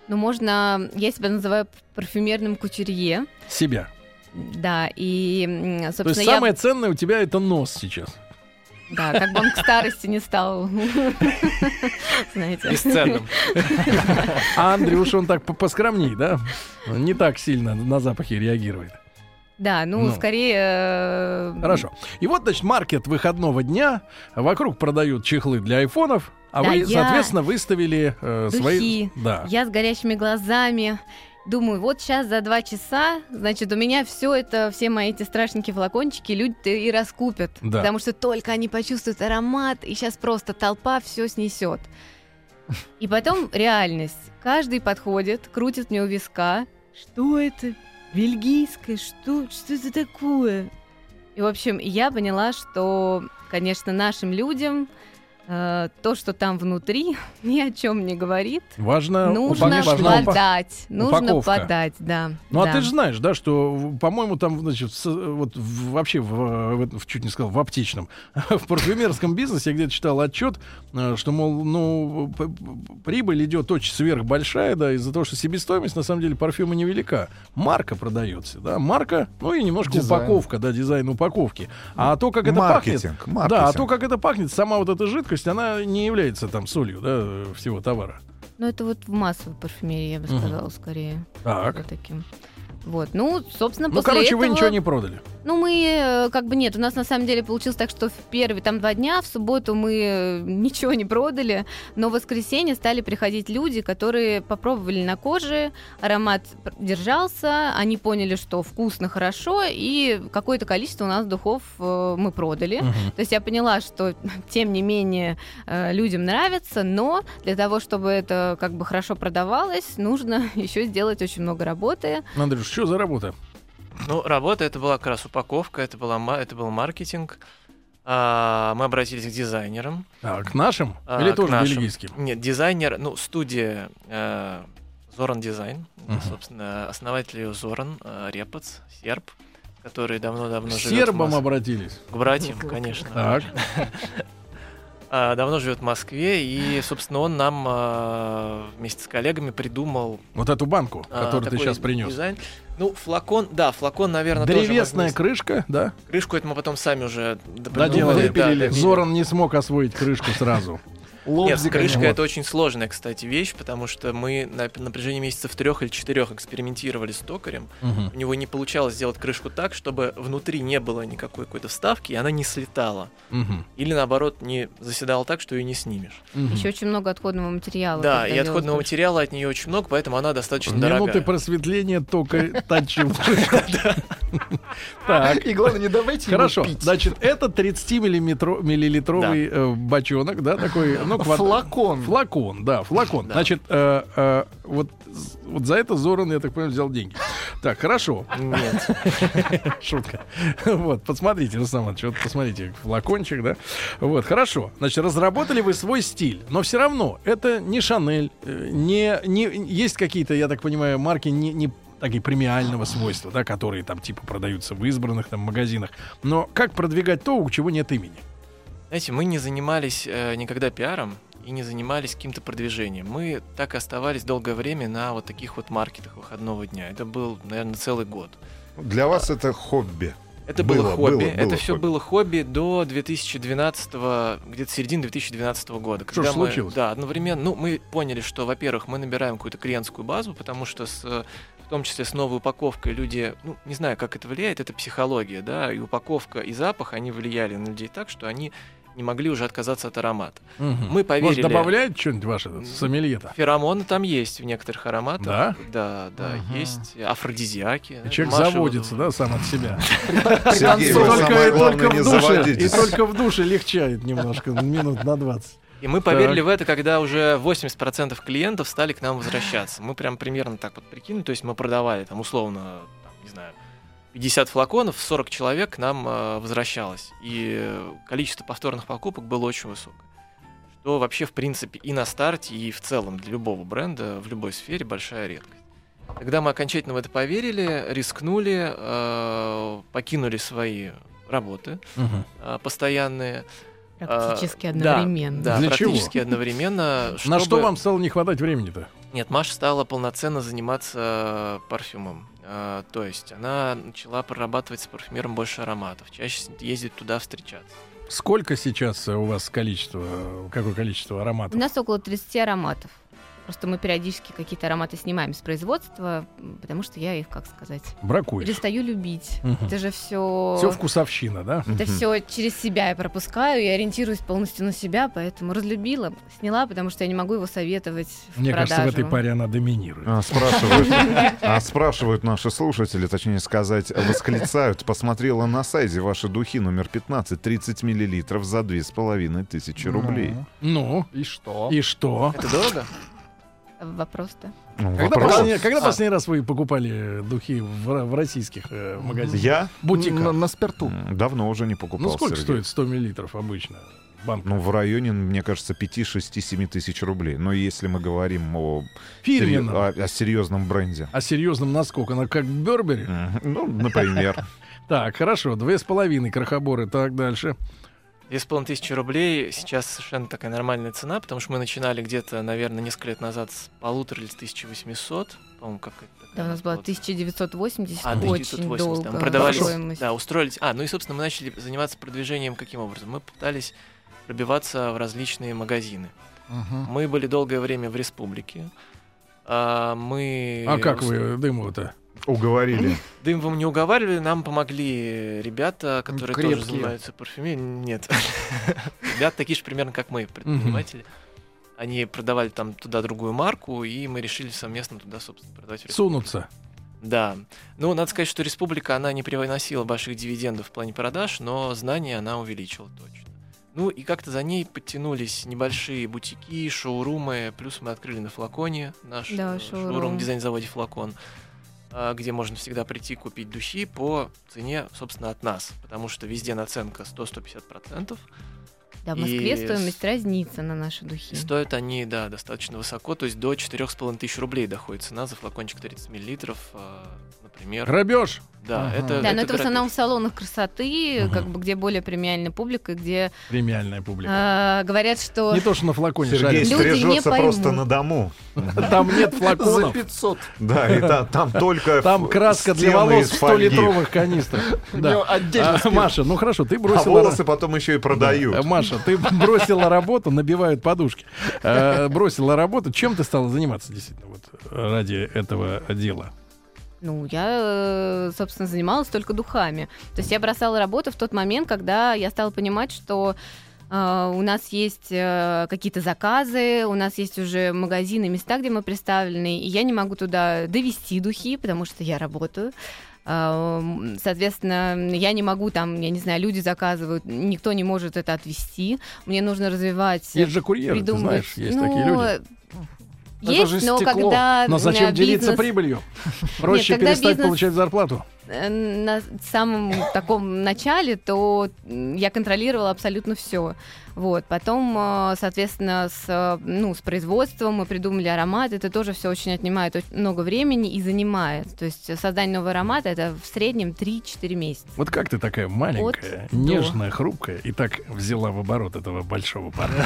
F: Ну, можно, я себя называю парфюмерным кутюрье,
B: себя?
F: да, и, м,
B: То есть
F: собственно, я...
B: самое ценное у тебя это нос сейчас.
F: Да, как бы он к старости не стал, [laughs] знаете.
E: Бесценным.
B: А Андрюш, он так по- поскромней, да? Он Не так сильно на запахи реагирует.
F: Да, ну,
B: Ну.
F: скорее... э,
B: Хорошо. И вот, значит, маркет выходного дня. Вокруг продают чехлы для айфонов. А
F: Да,
B: вы,
F: я-
B: соответственно, выставили э, свои...
F: Духи.
B: Да.
F: Я с горящими глазами думаю, вот сейчас за два часа, значит, у меня все это, все мои эти страшненькие флакончики люди-то и раскупят.
B: Да.
F: Потому что только они почувствуют аромат, и сейчас просто толпа все снесет. И потом реальность. Каждый подходит, крутит мне у виска. Что это? Бельгийское? Что, что это такое? И, в общем, я поняла, что, конечно, нашим людям э, то, что там внутри, [laughs] ни о чем не говорит.
B: Важно,
F: Нужно
B: упак- важна упак-
F: подать. Нужно
B: упаковка.
F: подать, да.
B: Ну,
F: да.
B: а ты же знаешь, да, что, в- по-моему, там, значит, с- вот в- вообще, в, э, в этом- в- чуть не сказал, в аптечном, [laughs] в парфюмерском бизнесе я где-то читал отчет, э, что, мол, ну, п- п- прибыль идет очень сверхбольшая, да, из-за того, что себестоимость, на самом деле, парфюма невелика. Марка продается, да, марка, ну, и немножко
D: Дизайн.
B: упаковка, да, дизайн упаковки. А то, как это пахнет...
C: Маркетинг, маркетинг.
B: Да, а то, как это пахнет, сама вот эта жидкость, она не является там солью, да, э, всего товара.
F: Ну, это вот в массовой парфюмерии, я бы
B: Мгм.
F: сказала, скорее.
B: Так.
F: вот Таким. Вот, ну, собственно,
B: Ну,
F: после
B: короче, вы
F: этого-
B: ничего не продали.
F: Ну, мы, э, как бы, нет, у нас на самом деле получилось так, что в первые там два дня, в субботу мы э, ничего не продали, но в воскресенье стали приходить люди, которые попробовали на коже, аромат пр- держался, они поняли, что вкусно, хорошо, и какое-то количество у нас духов э, мы продали.
B: Мгм.
F: То есть я поняла, что [laughs] тем не менее э, людям нравится, но для того, чтобы это как бы хорошо продавалось, нужно [laughs] еще сделать очень много работы.
B: Андрюш, что за работа?
E: Ну, работа это была как раз упаковка, это, была, ма- это был маркетинг. А, мы обратились к дизайнерам.
B: А, к нашим?
E: А,
B: Или
E: к
B: тоже
E: нашим.
B: бельгийским?
E: Нет, дизайнер, ну, студия э, Зоран Дизайн,
B: Мгм.
E: собственно, основатель ее Зоран, э, Репац, серб, который давно-давно
B: К
E: живет в
B: сербам
E: Мос-
B: обратились.
E: К братьям, конечно.
B: Так.
E: А, Давно живет в Москве, и, собственно, он нам а, вместе с коллегами придумал...
B: Вот эту банку,
E: а,
B: которую ты
E: такой
B: сейчас принес.
E: Дизайн. Ну, флакон, да, флакон, наверное,
B: Древесная
E: тоже... мы-
B: крышка, да?
E: Крышку это мы потом сами уже д-
B: Доделали.
E: придумали, Ну, да,
D: Выпилили.
E: допилили.
B: Зоран не смог освоить крышку сразу.
E: Нет,
D: Лобзиками.
E: крышка
D: Вот.
E: это очень сложная, кстати, вещь, потому что мы на п- напряжении месяцев трех или четырех экспериментировали с токарем.
B: Мгм.
E: У него не получалось сделать крышку так, чтобы внутри не было никакой какой-то вставки, и она не слетала.
B: Мгм.
E: Или наоборот, не заседала так, что ее не снимешь.
B: Мгм.
F: Еще очень много отходного материала.
E: да,
F: когда
E: и
F: делаешь
E: отходного
F: крышку.
E: материала от нее очень много, поэтому она достаточно
B: Минуты
E: дорогая.
B: просветления только
E: [laughs]
B: тачим. Так.
D: И главное, не давайте ему
B: Хорошо,
D: пить.
B: значит, это 30-миллилитровый бочонок, да, такой,
E: [laughs]
B: ну, квад-
D: Флакон.
B: Флакон, да, флакон.
E: Да.
B: Значит, э, э, вот з- вот за это Зоран, я так понимаю, взял деньги. Так, хорошо.
E: Нет.
B: Шутка. [laughs] Вот, посмотрите, Руслан Иванович, вот посмотрите, флакончик, да? Вот, хорошо. Значит, разработали вы свой стиль, но все равно это не Шанель, э, не, не есть какие-то, я так понимаю, марки не, не такие премиального свойства, да, которые там типа продаются в избранных там магазинах. Но как продвигать то, у чего нет имени?
E: Знаете, мы не занимались э, никогда пиаром и не занимались каким-то продвижением. Мы так и оставались долгое время на вот таких вот маркетах выходного дня. Это был, наверное, целый год.
C: Для вас это хобби.
E: Это
C: Было,
E: было, хобби.
C: было, было
E: это все
C: хобби.
E: было хобби до 2012, где-то середины 2012 года.
B: Что ж
E: мы-
B: случилось?
E: Да, одновременно. Ну, мы поняли, что, во-первых, мы набираем какую-то клиентскую базу, потому что с, э, в том числе с новой упаковкой люди, ну, не знаю, как это влияет, это психология, да, и упаковка, и запах, они влияли на людей так, что они не могли уже отказаться от аромата. Мы
B: Хм. Может,
E: поверили.
B: добавляет что-нибудь ваше сомелье-то?
E: Феромоны там есть в некоторых ароматах.
B: Да?
E: Да, да,
D: Ага.
E: есть. Афродизиаки.
B: И Человек
E: Маша
B: заводится, да, сам от себя.
C: Сергей, вы
B: Только,
C: самое
B: и только
C: главное, не
B: в душе, и
C: заводитесь.
B: только в душе легчает немножко, минут на 20.
E: И мы поверили в это, когда уже 80% клиентов стали к нам возвращаться. Мы прям примерно так вот прикинули, то есть мы продавали там условно, там, не знаю, 50 флаконов, 40 человек к нам э, возвращалось. И э, количество повторных покупок было очень высокое. Что вообще, в принципе, и на старте, и в целом для любого бренда, в любой сфере большая редкость. Когда мы окончательно в это поверили, рискнули, э, покинули свои работы
B: Мгм.
E: э, постоянные. э,
F: Практически
E: да,
F: одновременно.
E: Да,
B: Для чего?
E: практически одновременно.
B: На
E: чтобы-
B: что вам стало не хватать времени-то?
E: Нет, Маша стала полноценно заниматься э, парфюмом. Э, То есть она начала прорабатывать с парфюмером больше ароматов, чаще с- ездить туда встречаться.
B: Сколько сейчас э, у вас количество, э, какое количество
F: У
B: ароматов?
F: нас около 30 ароматов. Просто мы периодически какие-то ароматы снимаем с производства, м, потому что я их, как сказать,
B: Бракует.
F: перестаю любить.
B: Мгм.
F: Это же все...
B: Все вкусовщина, да?
F: Это
C: Мгм.
F: все через себя я пропускаю и ориентируюсь полностью на себя, поэтому разлюбила, сняла, потому что я не могу его советовать в
B: Мне
F: продажу.
B: кажется, в этой паре она доминирует.
C: А, спрашивают, а, спрашивают наши слушатели, точнее сказать, восклицают. Посмотрела на сайте ваши духи номер 15, 30 миллилитров за 2500 рублей.
B: Ну,
D: И что?
B: и что?
E: Это дорого?
F: Вопрос-то.
C: Ну,
B: Когда,
C: вопрос.
B: последний, когда
E: А.
B: последний раз вы покупали э, духи в, ра- в российских э, магазинах?
C: Я
B: Бутиках?
D: На, на спирту.
C: м, давно уже не покупал,
B: Ну, сколько
C: Сергей.
B: стоит 100 миллилитров обычно? Банк.
C: Ну, в районе, мне кажется, 5, 6, 7 тысяч рублей. Но если мы говорим о, серьё-
B: Фирменного.
C: о, о серьезном бренде.
B: А серьезным насколько? Она как Бербери?
C: Мгм.
B: [laughs]
C: Ну, например.
B: Так, хорошо, две с половиной крохоборы, так дальше.
E: Две с половиной тысячи рублей сейчас совершенно такая нормальная цена, потому что мы начинали где-то, наверное, несколько лет назад с полутора или с 1800, по-моему, как это такая
F: Да, у нас было 1980,
E: А,
F: очень
E: 1980,
F: долго.
E: да, мы продавались,
F: стоимость.
E: да, устроились. А, ну и, собственно, мы начали заниматься продвижением каким образом? Мы пытались пробиваться в различные магазины.
D: Мгм.
E: Мы были долгое время в республике. А, Мы...
C: Э,
B: А как вы Дымова-то?
C: Уговорили.
E: Дым вам не уговаривали, нам помогли ребята, которые тоже
D: Крепкие.
E: занимаются парфюмерией. Нет. [laughs] Ребята такие же примерно, как мы, предприниматели. Они продавали там туда другую марку, и мы решили совместно туда, собственно, продавать. в республике.
B: Сунутся.
E: Да. Ну, надо сказать, что республика, она не приносила больших дивидендов в плане продаж, но знания она увеличила точно. Ну, и как-то за ней подтянулись небольшие бутики, шоурумы, плюс мы открыли на флаконе наш
F: Да,
E: э,
F: шоурум.
E: шоурум в дизайн-заводе «Флакон», а, где можно всегда прийти купить духи по цене, собственно, от нас, потому что везде наценка 100-150%,
F: Да, в Москве
E: И-
F: стоимость разнится на наши духи.
E: и стоят они, да, достаточно высоко, то есть до 4,5 тысяч рублей доходит цена за флакончик 30 мл, например.
B: Грабеж.
E: Да,
D: Ага.
E: это
F: Да, но это в
E: грабеж.
F: основном в салонах красоты,
B: Мгм.
F: как бы где более премиальная публика, где
B: Премиальная публика.
F: а, говорят, что
B: Не то, что на флаконе
C: Сергей
B: шарит.
F: Люди не
C: стрижется
F: поймут.
C: просто на дому.
B: Там нет
D: За
B: флаконов.
D: 500.
C: Да, и та-
B: [laughs]
C: там только
B: Там
C: ф-
B: краска для
C: стены
B: волос [laughs]
C: из
B: в
C: фольги.
B: 100-литровых
C: [laughs]
B: канистрах.
D: У
B: Да.
D: него отдельно
B: А,
D: спирт.
B: Маша, ну хорошо, ты
C: А
B: бросила...
C: волосы потом еще и
B: Э,
C: продают.
B: Маша, ты бросила работу, набивают подушки. Э, Бросила работу. Чем ты стала заниматься действительно вот э, ради этого дела?
F: Ну, я, э, собственно, занималась только духами. То есть я бросала работу в тот момент, когда я стала понимать, что э, у нас есть э, какие-то заказы, у нас есть уже магазины, места, где мы представлены, и я не могу туда довести духи, потому что я работаю. А, м, Соответственно, я не могу там, я не знаю, люди заказывают, никто не может это отвезти. Мне нужно развивать,
B: Есть же курьеры, ты
F: придумывать.
B: знаешь, есть
F: Ну,
B: такие люди.
D: Это
F: Есть,
D: же
F: но
D: стекло.
F: когда
B: Но зачем
F: э,
B: делиться
F: бизнес-
B: прибылью?
F: [laughs]
B: Проще
F: когда
B: перестать
F: бизнес-
B: получать зарплату.
F: э, на самом таком начале, то м, я контролировала абсолютно все. Вот. Потом, э, соответственно, с, э, ну, с производством мы придумали аромат. Это тоже все очень отнимает оч- много времени и занимает. То есть э, создание нового аромата это в среднем 3-4 месяца.
B: Вот как ты такая маленькая,
F: до.
B: нежная, хрупкая и так взяла в оборот этого большого парня?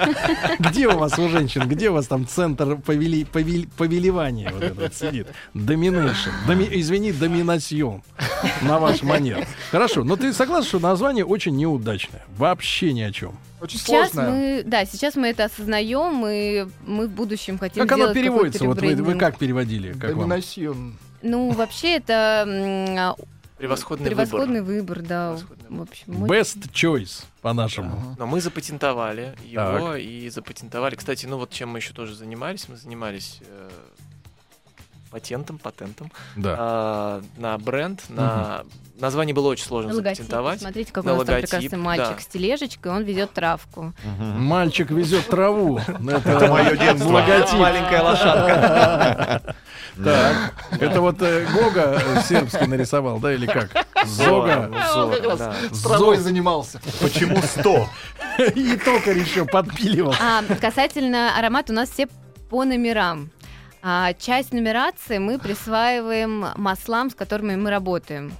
B: [laughs] Где у вас у женщин, где у вас там центр повели- повели- повелевания вот этот сидит? Доминейшн. Доми- Извини, доминасьон. На ваш манер. Хорошо, но ты согласен, что название очень неудачное? Вообще ни о чем.
D: Очень
F: Сейчас
D: сложно.
F: мы, да, сейчас мы это осознаем, и мы в будущем хотим
B: Как оно
F: сделать какой-то
B: переводится? Вот вы, вы
F: ребрендинг.
B: как переводили? Как вам?
D: Доминасьон.
F: Ну, вообще, это м, а,
E: Превосходный,
F: превосходный
E: выбор.
F: выбор, да.
E: Превосходный
F: В общем, мы-
B: Best choice, по-нашему.
E: Но мы запатентовали его и запатентовали. Кстати, ну вот чем мы еще тоже занимались? Мы занимались э, патентом, патентом
B: Да.
E: а, на бренд, на название было очень сложно
F: Логотип.
E: запатентовать.
F: Смотрите, какой
E: На
F: у нас там
E: логотип,
F: прекрасный
E: да.
F: мальчик с тележечкой, он везет
E: [laughs]
F: травку.
C: Мгм.
B: Мальчик везет траву. Это
C: моё детство.
B: логотип.
E: Маленькая лошадка.
B: Так. Это вот э, Гога э, сербский нарисовал, да, или как? Зога.
F: А,
D: Он как
E: Зога,
D: раз
E: да.
D: с травой занимался.
C: Почему 100?
B: И токарь еще подпиливал.
F: А, касательно аромат, у нас все по номерам. А, часть нумерации мы присваиваем маслам, с которыми мы работаем.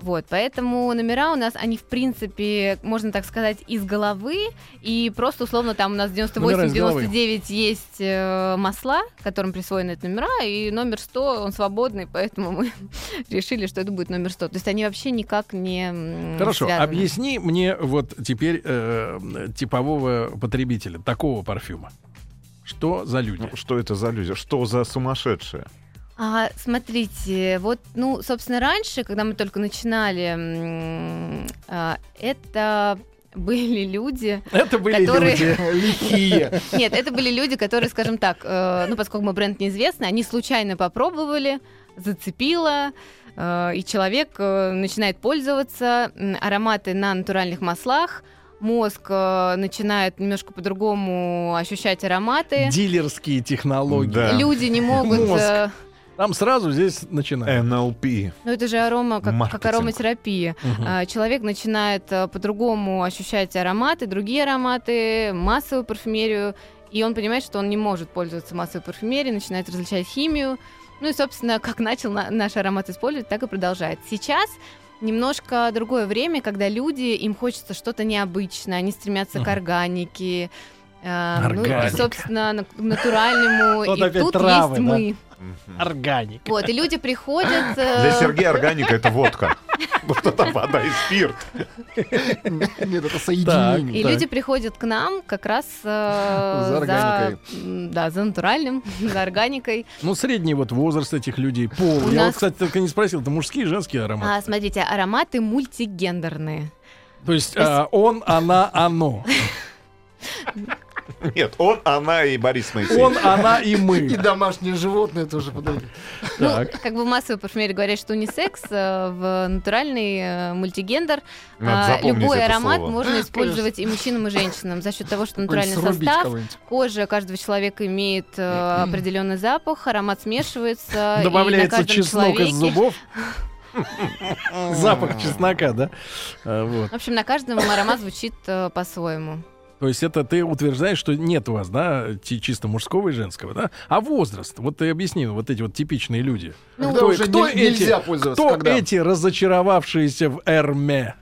F: Вот, поэтому номера у нас, они в принципе, можно так сказать, из головы. И просто условно там у нас
B: Номера из головы.
F: 98-99 есть э, масла, которым присвоены эти номера, и номер 100, он свободный, [laughs] поэтому мы решили, что это будет номер 100. То есть они вообще никак не м,
B: Хорошо,
F: связаны.
B: объясни мне вот теперь э, типового потребителя такого парфюма. Что за люди?
C: Ну, Что это за люди? Что за сумасшедшие?
F: А, смотрите, вот, ну, собственно, раньше, когда мы только начинали, м, а, это [laughs] были люди,
B: Это были
F: которые-
B: люди.
F: [laughs]
D: Лихие.
F: Нет, это были люди, которые, скажем так, э, ну, поскольку мы бренд неизвестный, они случайно попробовали, зацепило, э, и человек э, начинает пользоваться м, ароматы на натуральных маслах, мозг э, начинает немножко по-другому ощущать ароматы,
B: Дилерские технологии.
C: Да.
F: люди не могут...
B: Мозг.
F: э,
B: Там сразу здесь
C: Э.
B: начинается. Э.
C: НЛП.
F: ну, это же арома, как, как
C: Маркетинг.
F: ароматерапия.
B: Мгм.
F: А, Человек начинает а, по-другому ощущать ароматы, другие ароматы, массовую парфюмерию, и он понимает, что он не может пользоваться массовой парфюмерией, начинает различать химию. Ну и, собственно, как начал на- наш аромат использовать, так и продолжает. Сейчас немножко другое время, когда люди, им хочется что-то необычное, они стремятся к
B: Мгм.
F: органике, э, ну, и,
B: Органика.
F: собственно, на- к
B: [laughs]
F: натуральному.
B: Вот
F: И
B: опять
F: тут
B: травы,
F: есть
B: да?
F: мы.
B: Органик.
F: Вот, и
B: [laughs]
F: люди приходят... э,
C: Для Сергея органика это водка. [laughs] Вот это вода и спирт.
D: Нет, это
F: И
D: соединение.
B: Так.
F: люди приходят к нам как раз э,
D: За органикой.
F: За, м, да, за натуральным, [laughs] за органикой.
B: Ну, средний вот возраст этих людей, пол.
F: У
B: Я вот,
F: нас-
B: кстати, только не спросил, это мужские и женские ароматы.
F: А, смотрите, ароматы мультигендерные.
B: То есть
F: то есть-
B: а, он, она, оно.
C: Нет, он, она и Борис Моисеев.
B: Он, она и
D: И
B: мы.
D: домашние животные тоже подойдут.
B: Так.
F: Ну, как бы в массовой парфюмерии говорят, что унисекс, э, в натуральный э, мультигендер.
C: Надо
F: А,
C: запомнить
F: любой
C: это
F: аромат
C: слово.
F: можно использовать и мужчинам, и женщинам за счет того, что натуральный
D: Какой-нибудь срубить
F: состав,
D: кого-нибудь.
F: кожа каждого человека имеет э, определенный запах, аромат смешивается. и на
B: Добавляется
F: каждом
B: чеснок из
F: человеке-
E: [laughs]
B: зубов. Запах чеснока, да? А, вот.
F: В общем, на каждом аромат звучит э, по-своему.
B: То есть это ты утверждаешь, что нет у вас, да, чи- чисто мужского и женского, да? А возраст? Вот ты объясни, вот эти вот типичные люди.
F: Ну,
D: Когда
B: кто-
D: уже
B: кто
D: не-
B: эти-
D: нельзя пользоваться.
B: Кто
D: когда?
B: эти разочаровавшиеся в Эрме?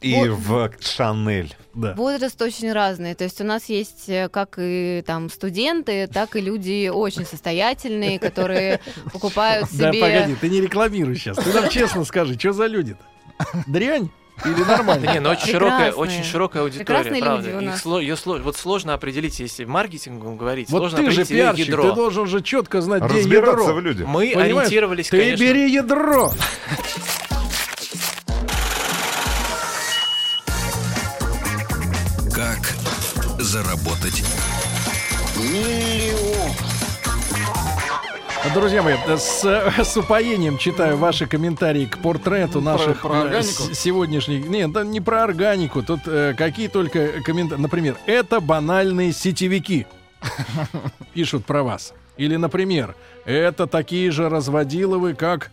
C: И в Шанель.
B: Да.
F: Возраст очень разный. То есть у нас есть э, как и там студенты, так и люди очень
B: [laughs]
F: состоятельные, которые покупают
B: Да, погоди,
F: себе...
B: ты не рекламируй сейчас. Ты
F: [laughs]
B: нам честно скажи, что за люди-то? Дрянь или
E: Да не,
B: нормально?
E: но очень широкая,
F: Прекрасные.
E: очень широкая
F: Прекрасные
E: аудитория,
F: люди
E: правда.
F: у
E: Их
F: нас.
E: сло- её сло- вот сложно определить, если маркетингом говорить,
B: Вот
E: сложно
B: ты же
E: определить её
B: пиарщик,
E: ядро.
B: ты должен же четко знать, где
C: Разбираться в
B: ядро.
C: людях.
E: Мы
B: Понимаешь?
E: ориентировались,
B: Ты
E: конечно.
B: бери ядро.
A: Как заработать?
B: Друзья мои, э, с, э, с упоением читаю ваши комментарии к портрету наших
D: про
B: э,
D: органику?
B: с- сегодняшних. Нет, да не про органику. Тут э, какие только комментарии. Например, это банальные сетевики. [laughs] Пишут про вас. Или, например, это такие же разводиловы, как.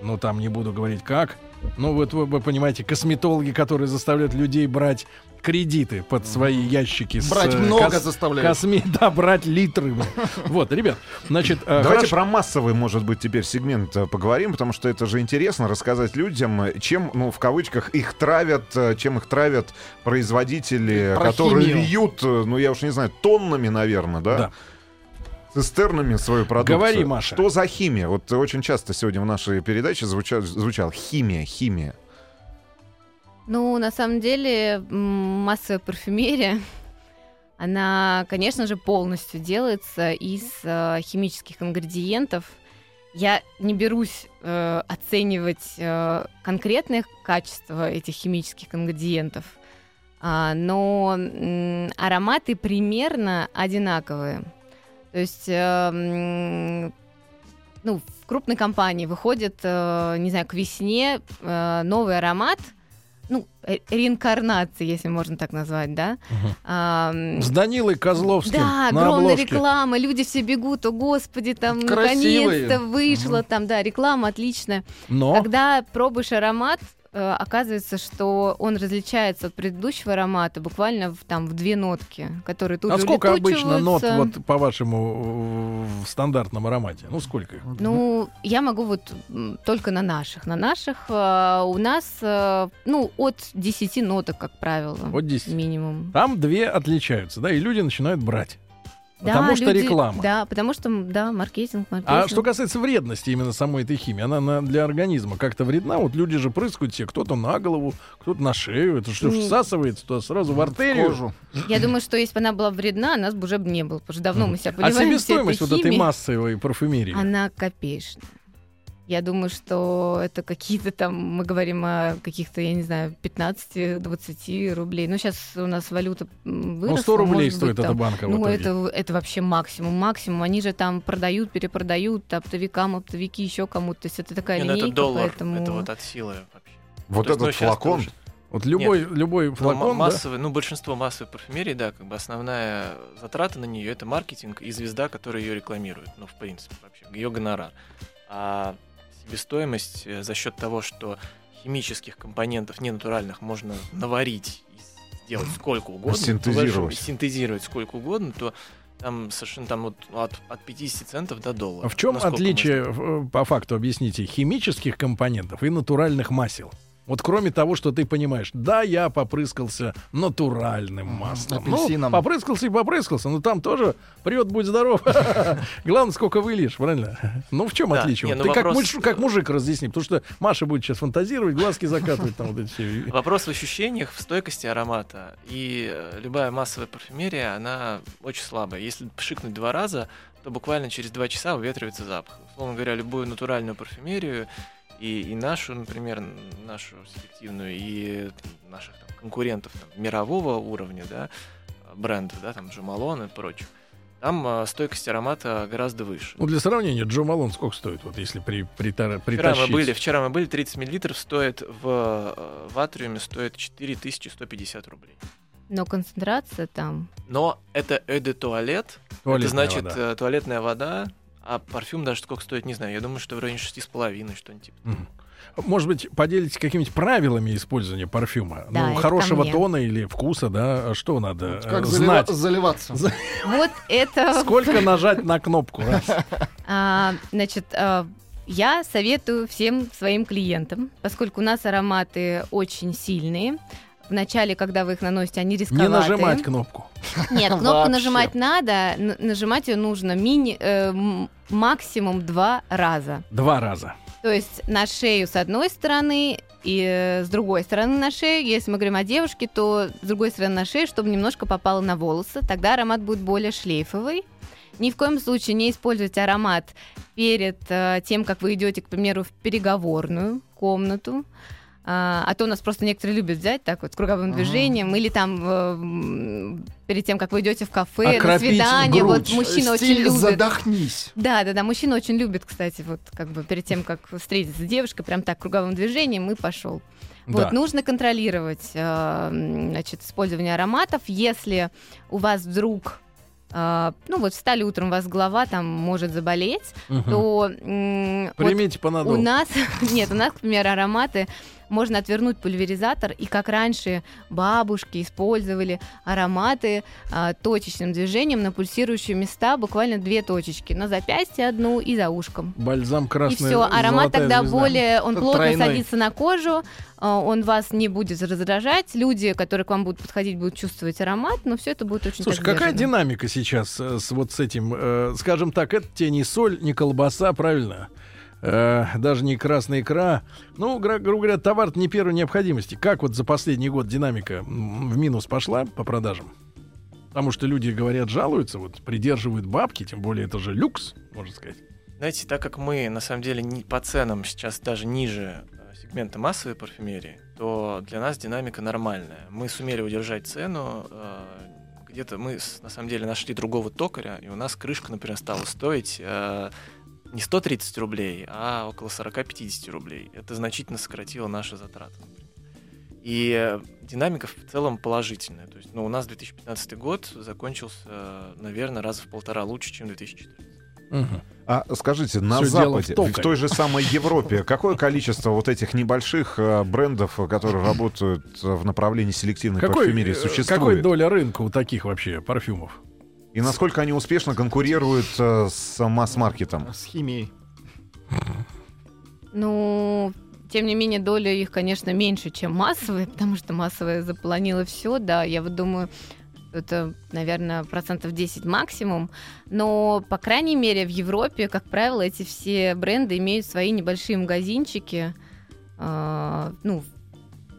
B: Ну, там не буду говорить как. Ну, вот вы, вы понимаете, косметологи, которые заставляют людей брать кредиты под свои ящики. с,
D: Брать
B: э,
D: много
B: кос-
D: заставляют.
B: Косме... [laughs] Да, брать литры. блин. Вот, ребят, значит... э,
C: Давайте
B: хорошо.
C: про массовый, может быть, теперь сегмент э, поговорим, потому что это же интересно рассказать людям, э, чем, ну, в кавычках, их травят, э, чем их травят производители,
D: Про
C: которые
D: химию.
C: льют, э, ну, я уж не знаю, тоннами, наверное, да?
B: Да.
C: Цистернами свою продукцию.
B: Говори, Маша.
C: Что за химия? Вот э, очень часто сегодня в нашей передаче звучал, звучал химия, химия.
F: Ну, на самом деле, м, массовая парфюмерия, она, конечно же, полностью делается из э, химических ингредиентов. Я не берусь э, оценивать э, конкретные качества этих химических ингредиентов, а, но м, ароматы примерно одинаковые. То есть э, м, ну, в крупной компании выходит, э, не знаю, к весне э, новый аромат, ну, э, реинкарнации, если можно так назвать, да?
B: Мгм.
F: Ам,
B: С Данилой Козловским
F: да,
B: на
F: огромная
B: обложке.
F: реклама, люди все бегут, о господи, там
D: Красивые.
F: наконец-то вышло, там, да, реклама отличная.
B: Но
F: Когда пробуешь аромат, э, оказывается, что он различается от предыдущего аромата буквально в, там в две нотки, которые тут
B: а
F: же
B: сколько обычно нот
F: улетучиваются.
B: вот по вашему э, в стандартном аромате? Ну сколько их?
F: Ну, я могу вот м, только на наших. На наших э, у нас, э, ну, от 10 ноток, как правило,
B: Вот 10.
F: минимум.
B: Там две отличаются, да, и люди начинают брать. Потому что реклама.
F: Да, потому что, м, да, маркетинг, маркетинг.
B: А что касается вредности именно самой этой химии, она на- для организма как-то вредна. Вот люди же прыскают себе, кто-то на голову, кто-то на шею, это что
F: Не.
B: всасывается, то сразу в артерию.
D: Кожу.
F: Я думаю, что если бы она была вредна, нас бы уже б не было, потому что давно мы себя
B: А
F: поливаем всей
B: себестоимость вот этой
F: химией.
B: массовой парфюмерии?
F: Она копеечная. Я думаю, что это какие-то там, мы говорим о каких-то, я не знаю, 15-20 рублей. Ну, сейчас у нас валюта м, выросла.
B: ну, 100 рублей
F: может
B: стоит
F: быть,
B: эта
F: там.
B: банка. в
F: Ну,
B: итоге.
F: это, это вообще максимум, максимум. Они же там продают, перепродают оптовикам, оптовики еще кому-то. То есть это такая
E: Не, ну
F: линейка,
E: это доллар,
F: поэтому...
E: это вот от силы вообще.
C: Вот
E: То есть,
C: этот
E: ну, щас
C: флакон,
E: тоже.
B: Вот любой, любой
E: Ну, м-
B: флакон, да?
E: массовый, ну, большинство массовой парфюмерии, да, как бы основная затрата на нее это маркетинг и звезда, которая ее рекламирует. Ну, в принципе, вообще, ее гонорар. А себестоимость э, за счет того, что химических компонентов ненатуральных можно наварить и сделать сколько угодно, по большому-
C: Синтезировать.
E: синтезировать сколько угодно, то там совершенно там вот от, от 50 центов до доллара.
B: А в чем
E: типа, Насколько мы
B: отличие,
E: знаем.
B: в- э, по факту, объясните, химических компонентов и натуральных масел? Вот кроме того, что ты понимаешь, да, я попрыскался натуральным
D: Мгм,
B: маслом.
D: апельсином.
B: Ну, попрыскался и попрыскался, но там тоже прет, будь здоров. [laughs] Главное, сколько выльешь, правильно? Ну, в чем
E: Да,
B: отличие?
E: не,
B: Вот
E: ну,
B: Ты как
E: вопрос-
B: муж- как мужик разъясни, потому что Маша будет сейчас фантазировать, глазки закатывать там вот эти все.
E: [laughs] Вопрос в ощущениях, в стойкости аромата. И э, любая массовая парфюмерия, она очень слабая. Если пшикнуть два раза, то буквально через два часа выветривается запах. Условно говоря, любую натуральную парфюмерию, и, и нашу, например, н- нашу селективную, и наших там, конкурентов там, мирового уровня, да, брендов, да, там, Джамалон и прочих, там э, стойкость аромата гораздо выше.
B: Ну, для сравнения, Джо Малон сколько стоит, вот если при, притара-
E: Вчера мы
B: притащить?
E: были, вчера мы были, 30 мл стоит в, э, в атриуме стоит 4150 рублей.
F: Но концентрация там...
E: Но это эде туалет, это
B: Туалетная
E: значит
B: вода.
E: э, туалетная вода, а парфюм даже сколько стоит, не знаю. Я думаю, что в районе шести с половиной что-нибудь. типа.
B: Мгм. Может быть, поделитесь какими-нибудь правилами использования парфюма?
F: Да,
B: ну,
F: это
B: хорошего
F: ко мне.
B: тона или вкуса, да? А Что надо э,
D: Как залива-
B: знать?
D: заливаться.
B: За-
F: Вот это... [laughs]
B: Сколько нажать на кнопку? Раз.
F: А, значит, а, я советую всем своим клиентам, поскольку у нас ароматы очень сильные. Вначале, когда вы их наносите, они
B: Не
F: рисковатые. [laughs]
B: нажимать кнопку.
F: Нет, кнопку
D: Вообще.
F: нажимать надо. н- Нажимать ее нужно мини, э, м- максимум два раза.
B: Два раза.
F: То есть на шею с одной стороны и э, с другой стороны на шею. Если мы говорим о девушке, то с другой стороны на шею, чтобы немножко попало на волосы. Тогда аромат будет более шлейфовый. Ни в коем случае не используйте аромат перед э, тем, как вы идете, к примеру, в переговорную комнату. А, а то у нас просто некоторые любят взять так вот с круговым
D: Ага.
F: движением, или там э, м, перед тем, как вы идете в кафе, на
B: Окропить
F: свидание. Вот
B: грудь.
F: мужчина
D: Стиль
F: очень любит.
D: задохнись.
F: Да, да, да, мужчина очень любит, кстати, вот как бы перед тем, как встретиться с девушкой, прям так круговым движением и пошел.
B: Да.
F: Вот ну, нужно контролировать, э, м, значит, использование ароматов, если у вас вдруг э, ну вот встали утром, у вас голова там может заболеть,
B: Мгм.
F: то м, вот
B: Примите
F: у
B: понадол.
F: нас, [laughs] нет, у нас, к примеру, ароматы можно отвернуть пульверизатор, и как раньше бабушки использовали ароматы а, точечным движением на пульсирующие места, буквально две точечки, на запястье одну и за ушком.
B: Бальзам
F: И
B: красный.
F: все, аромат
B: золотая
F: тогда
B: звезда.
F: более, он
D: Это
F: плотно
D: тройной.
F: садится на кожу, а, он вас не будет раздражать, люди, которые к вам будут подходить, будут чувствовать аромат, но все это будет очень
B: Слушай,
F: так
B: какая
F: сдержанно.
B: динамика сейчас э, с вот с этим, э, скажем так, это тебе не соль, не колбаса, правильно? Э, даже не красная икра. Ну, гра- грубо говоря, товар не первой необходимости. Как вот за последний год динамика м, в минус пошла по продажам? Потому что люди говорят, жалуются, вот придерживают бабки, тем более это же люкс, можно сказать.
E: Знаете, так как мы на самом деле не по ценам сейчас даже ниже э, сегмента массовой парфюмерии, то для нас динамика нормальная. Мы сумели удержать цену. э, Где-то мы с- на самом деле нашли другого токаря, и у нас крышка, например, стала стоить э, не 130 рублей, а около 40-50 рублей. Это значительно сократило наши затраты. например. И э, динамика в целом положительная. То есть, ну, у нас 2015 год закончился, наверное, раза в полтора лучше, чем 2014.
B: Мгм.
C: А скажите, на
B: Всё дело в
C: Западе, в,
B: токаре.
C: той же самой Европе, какое количество вот этих небольших э, брендов, э, которые работают э, в направлении селективной парфюмерии,
B: э,
C: существует?
B: какой доля рынка у таких вообще парфюмов?
C: И насколько они успешно конкурируют э, с масс-маркетом?
D: С химией.
F: Ну, тем не менее, доля их, конечно, меньше, чем массовые, потому что массовая заполонила все, да, я вот думаю, это, наверное, процентов 10 максимум. Но, по крайней мере, в Европе, как правило, эти все бренды имеют свои небольшие магазинчики, а, ну,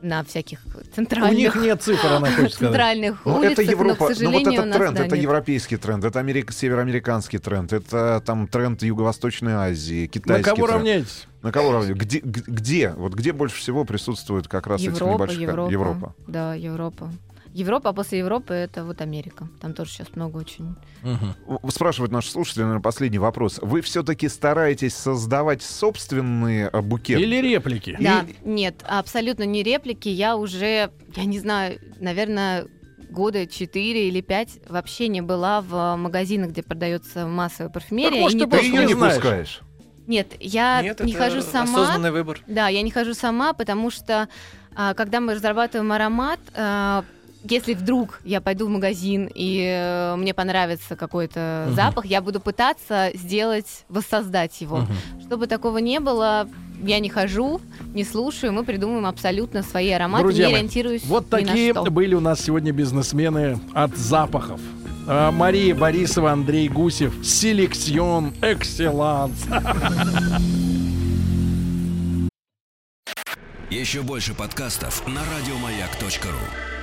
F: на всяких
B: У них
F: [laughs] центральных,
B: нет цифр, она хочет сказать.
F: центральных
C: Ну,
F: улицах,
C: это Европа,
F: но, к
C: ну вот
F: сожалению,
C: это
F: у нас,
C: тренд,
F: да,
C: это
F: нет.
C: европейский тренд, это америк- североамериканский тренд, это э, там тренд Юго-Восточной Азии,
B: На
C: китайский
B: кого
C: тренд.
B: равняетесь?
C: На кого равня- Где, г- где, вот где больше всего присутствует как раз эти
F: Европа,
C: небольшие
F: Европа,
C: Европа.
F: Да, Европа. Европа, а после Европы это вот Америка. Там тоже сейчас много очень.
B: Мгм.
C: В- Спрашивают наши слушатели, наверное, последний вопрос. Вы все-таки стараетесь создавать собственные э, букеты?
B: Или реплики?
C: И-
F: Да, нет, абсолютно не реплики. Я уже, я не знаю, наверное, года 4 или 5 вообще не была в э, магазинах, где продается массовая парфюмерия.
B: может, ты
F: И не-
C: Ты
B: просто
C: ее
B: не
C: не
B: знаешь.
C: пускаешь.
F: Нет, я
E: Нет,
F: не
E: это
F: хожу сама.
E: осознанный выбор.
F: Да, я не хожу сама, потому что а, когда мы разрабатываем аромат, а, если вдруг я пойду в магазин и э, мне понравится какой-то
B: Мгм.
F: запах, я буду пытаться сделать, воссоздать его.
B: Мгм.
F: Чтобы такого не было, я не хожу, не слушаю, мы придумываем абсолютно свои ароматы,
B: Друзья
F: не
B: мои,
F: ориентируюсь
B: Вот
F: ни на
B: такие
F: что.
B: были у нас сегодня бизнесмены от запахов. А, Мария Борисова, Андрей Гусев, Селекцион, Экселанс.
A: Еще больше подкастов на радиомаяк.ру.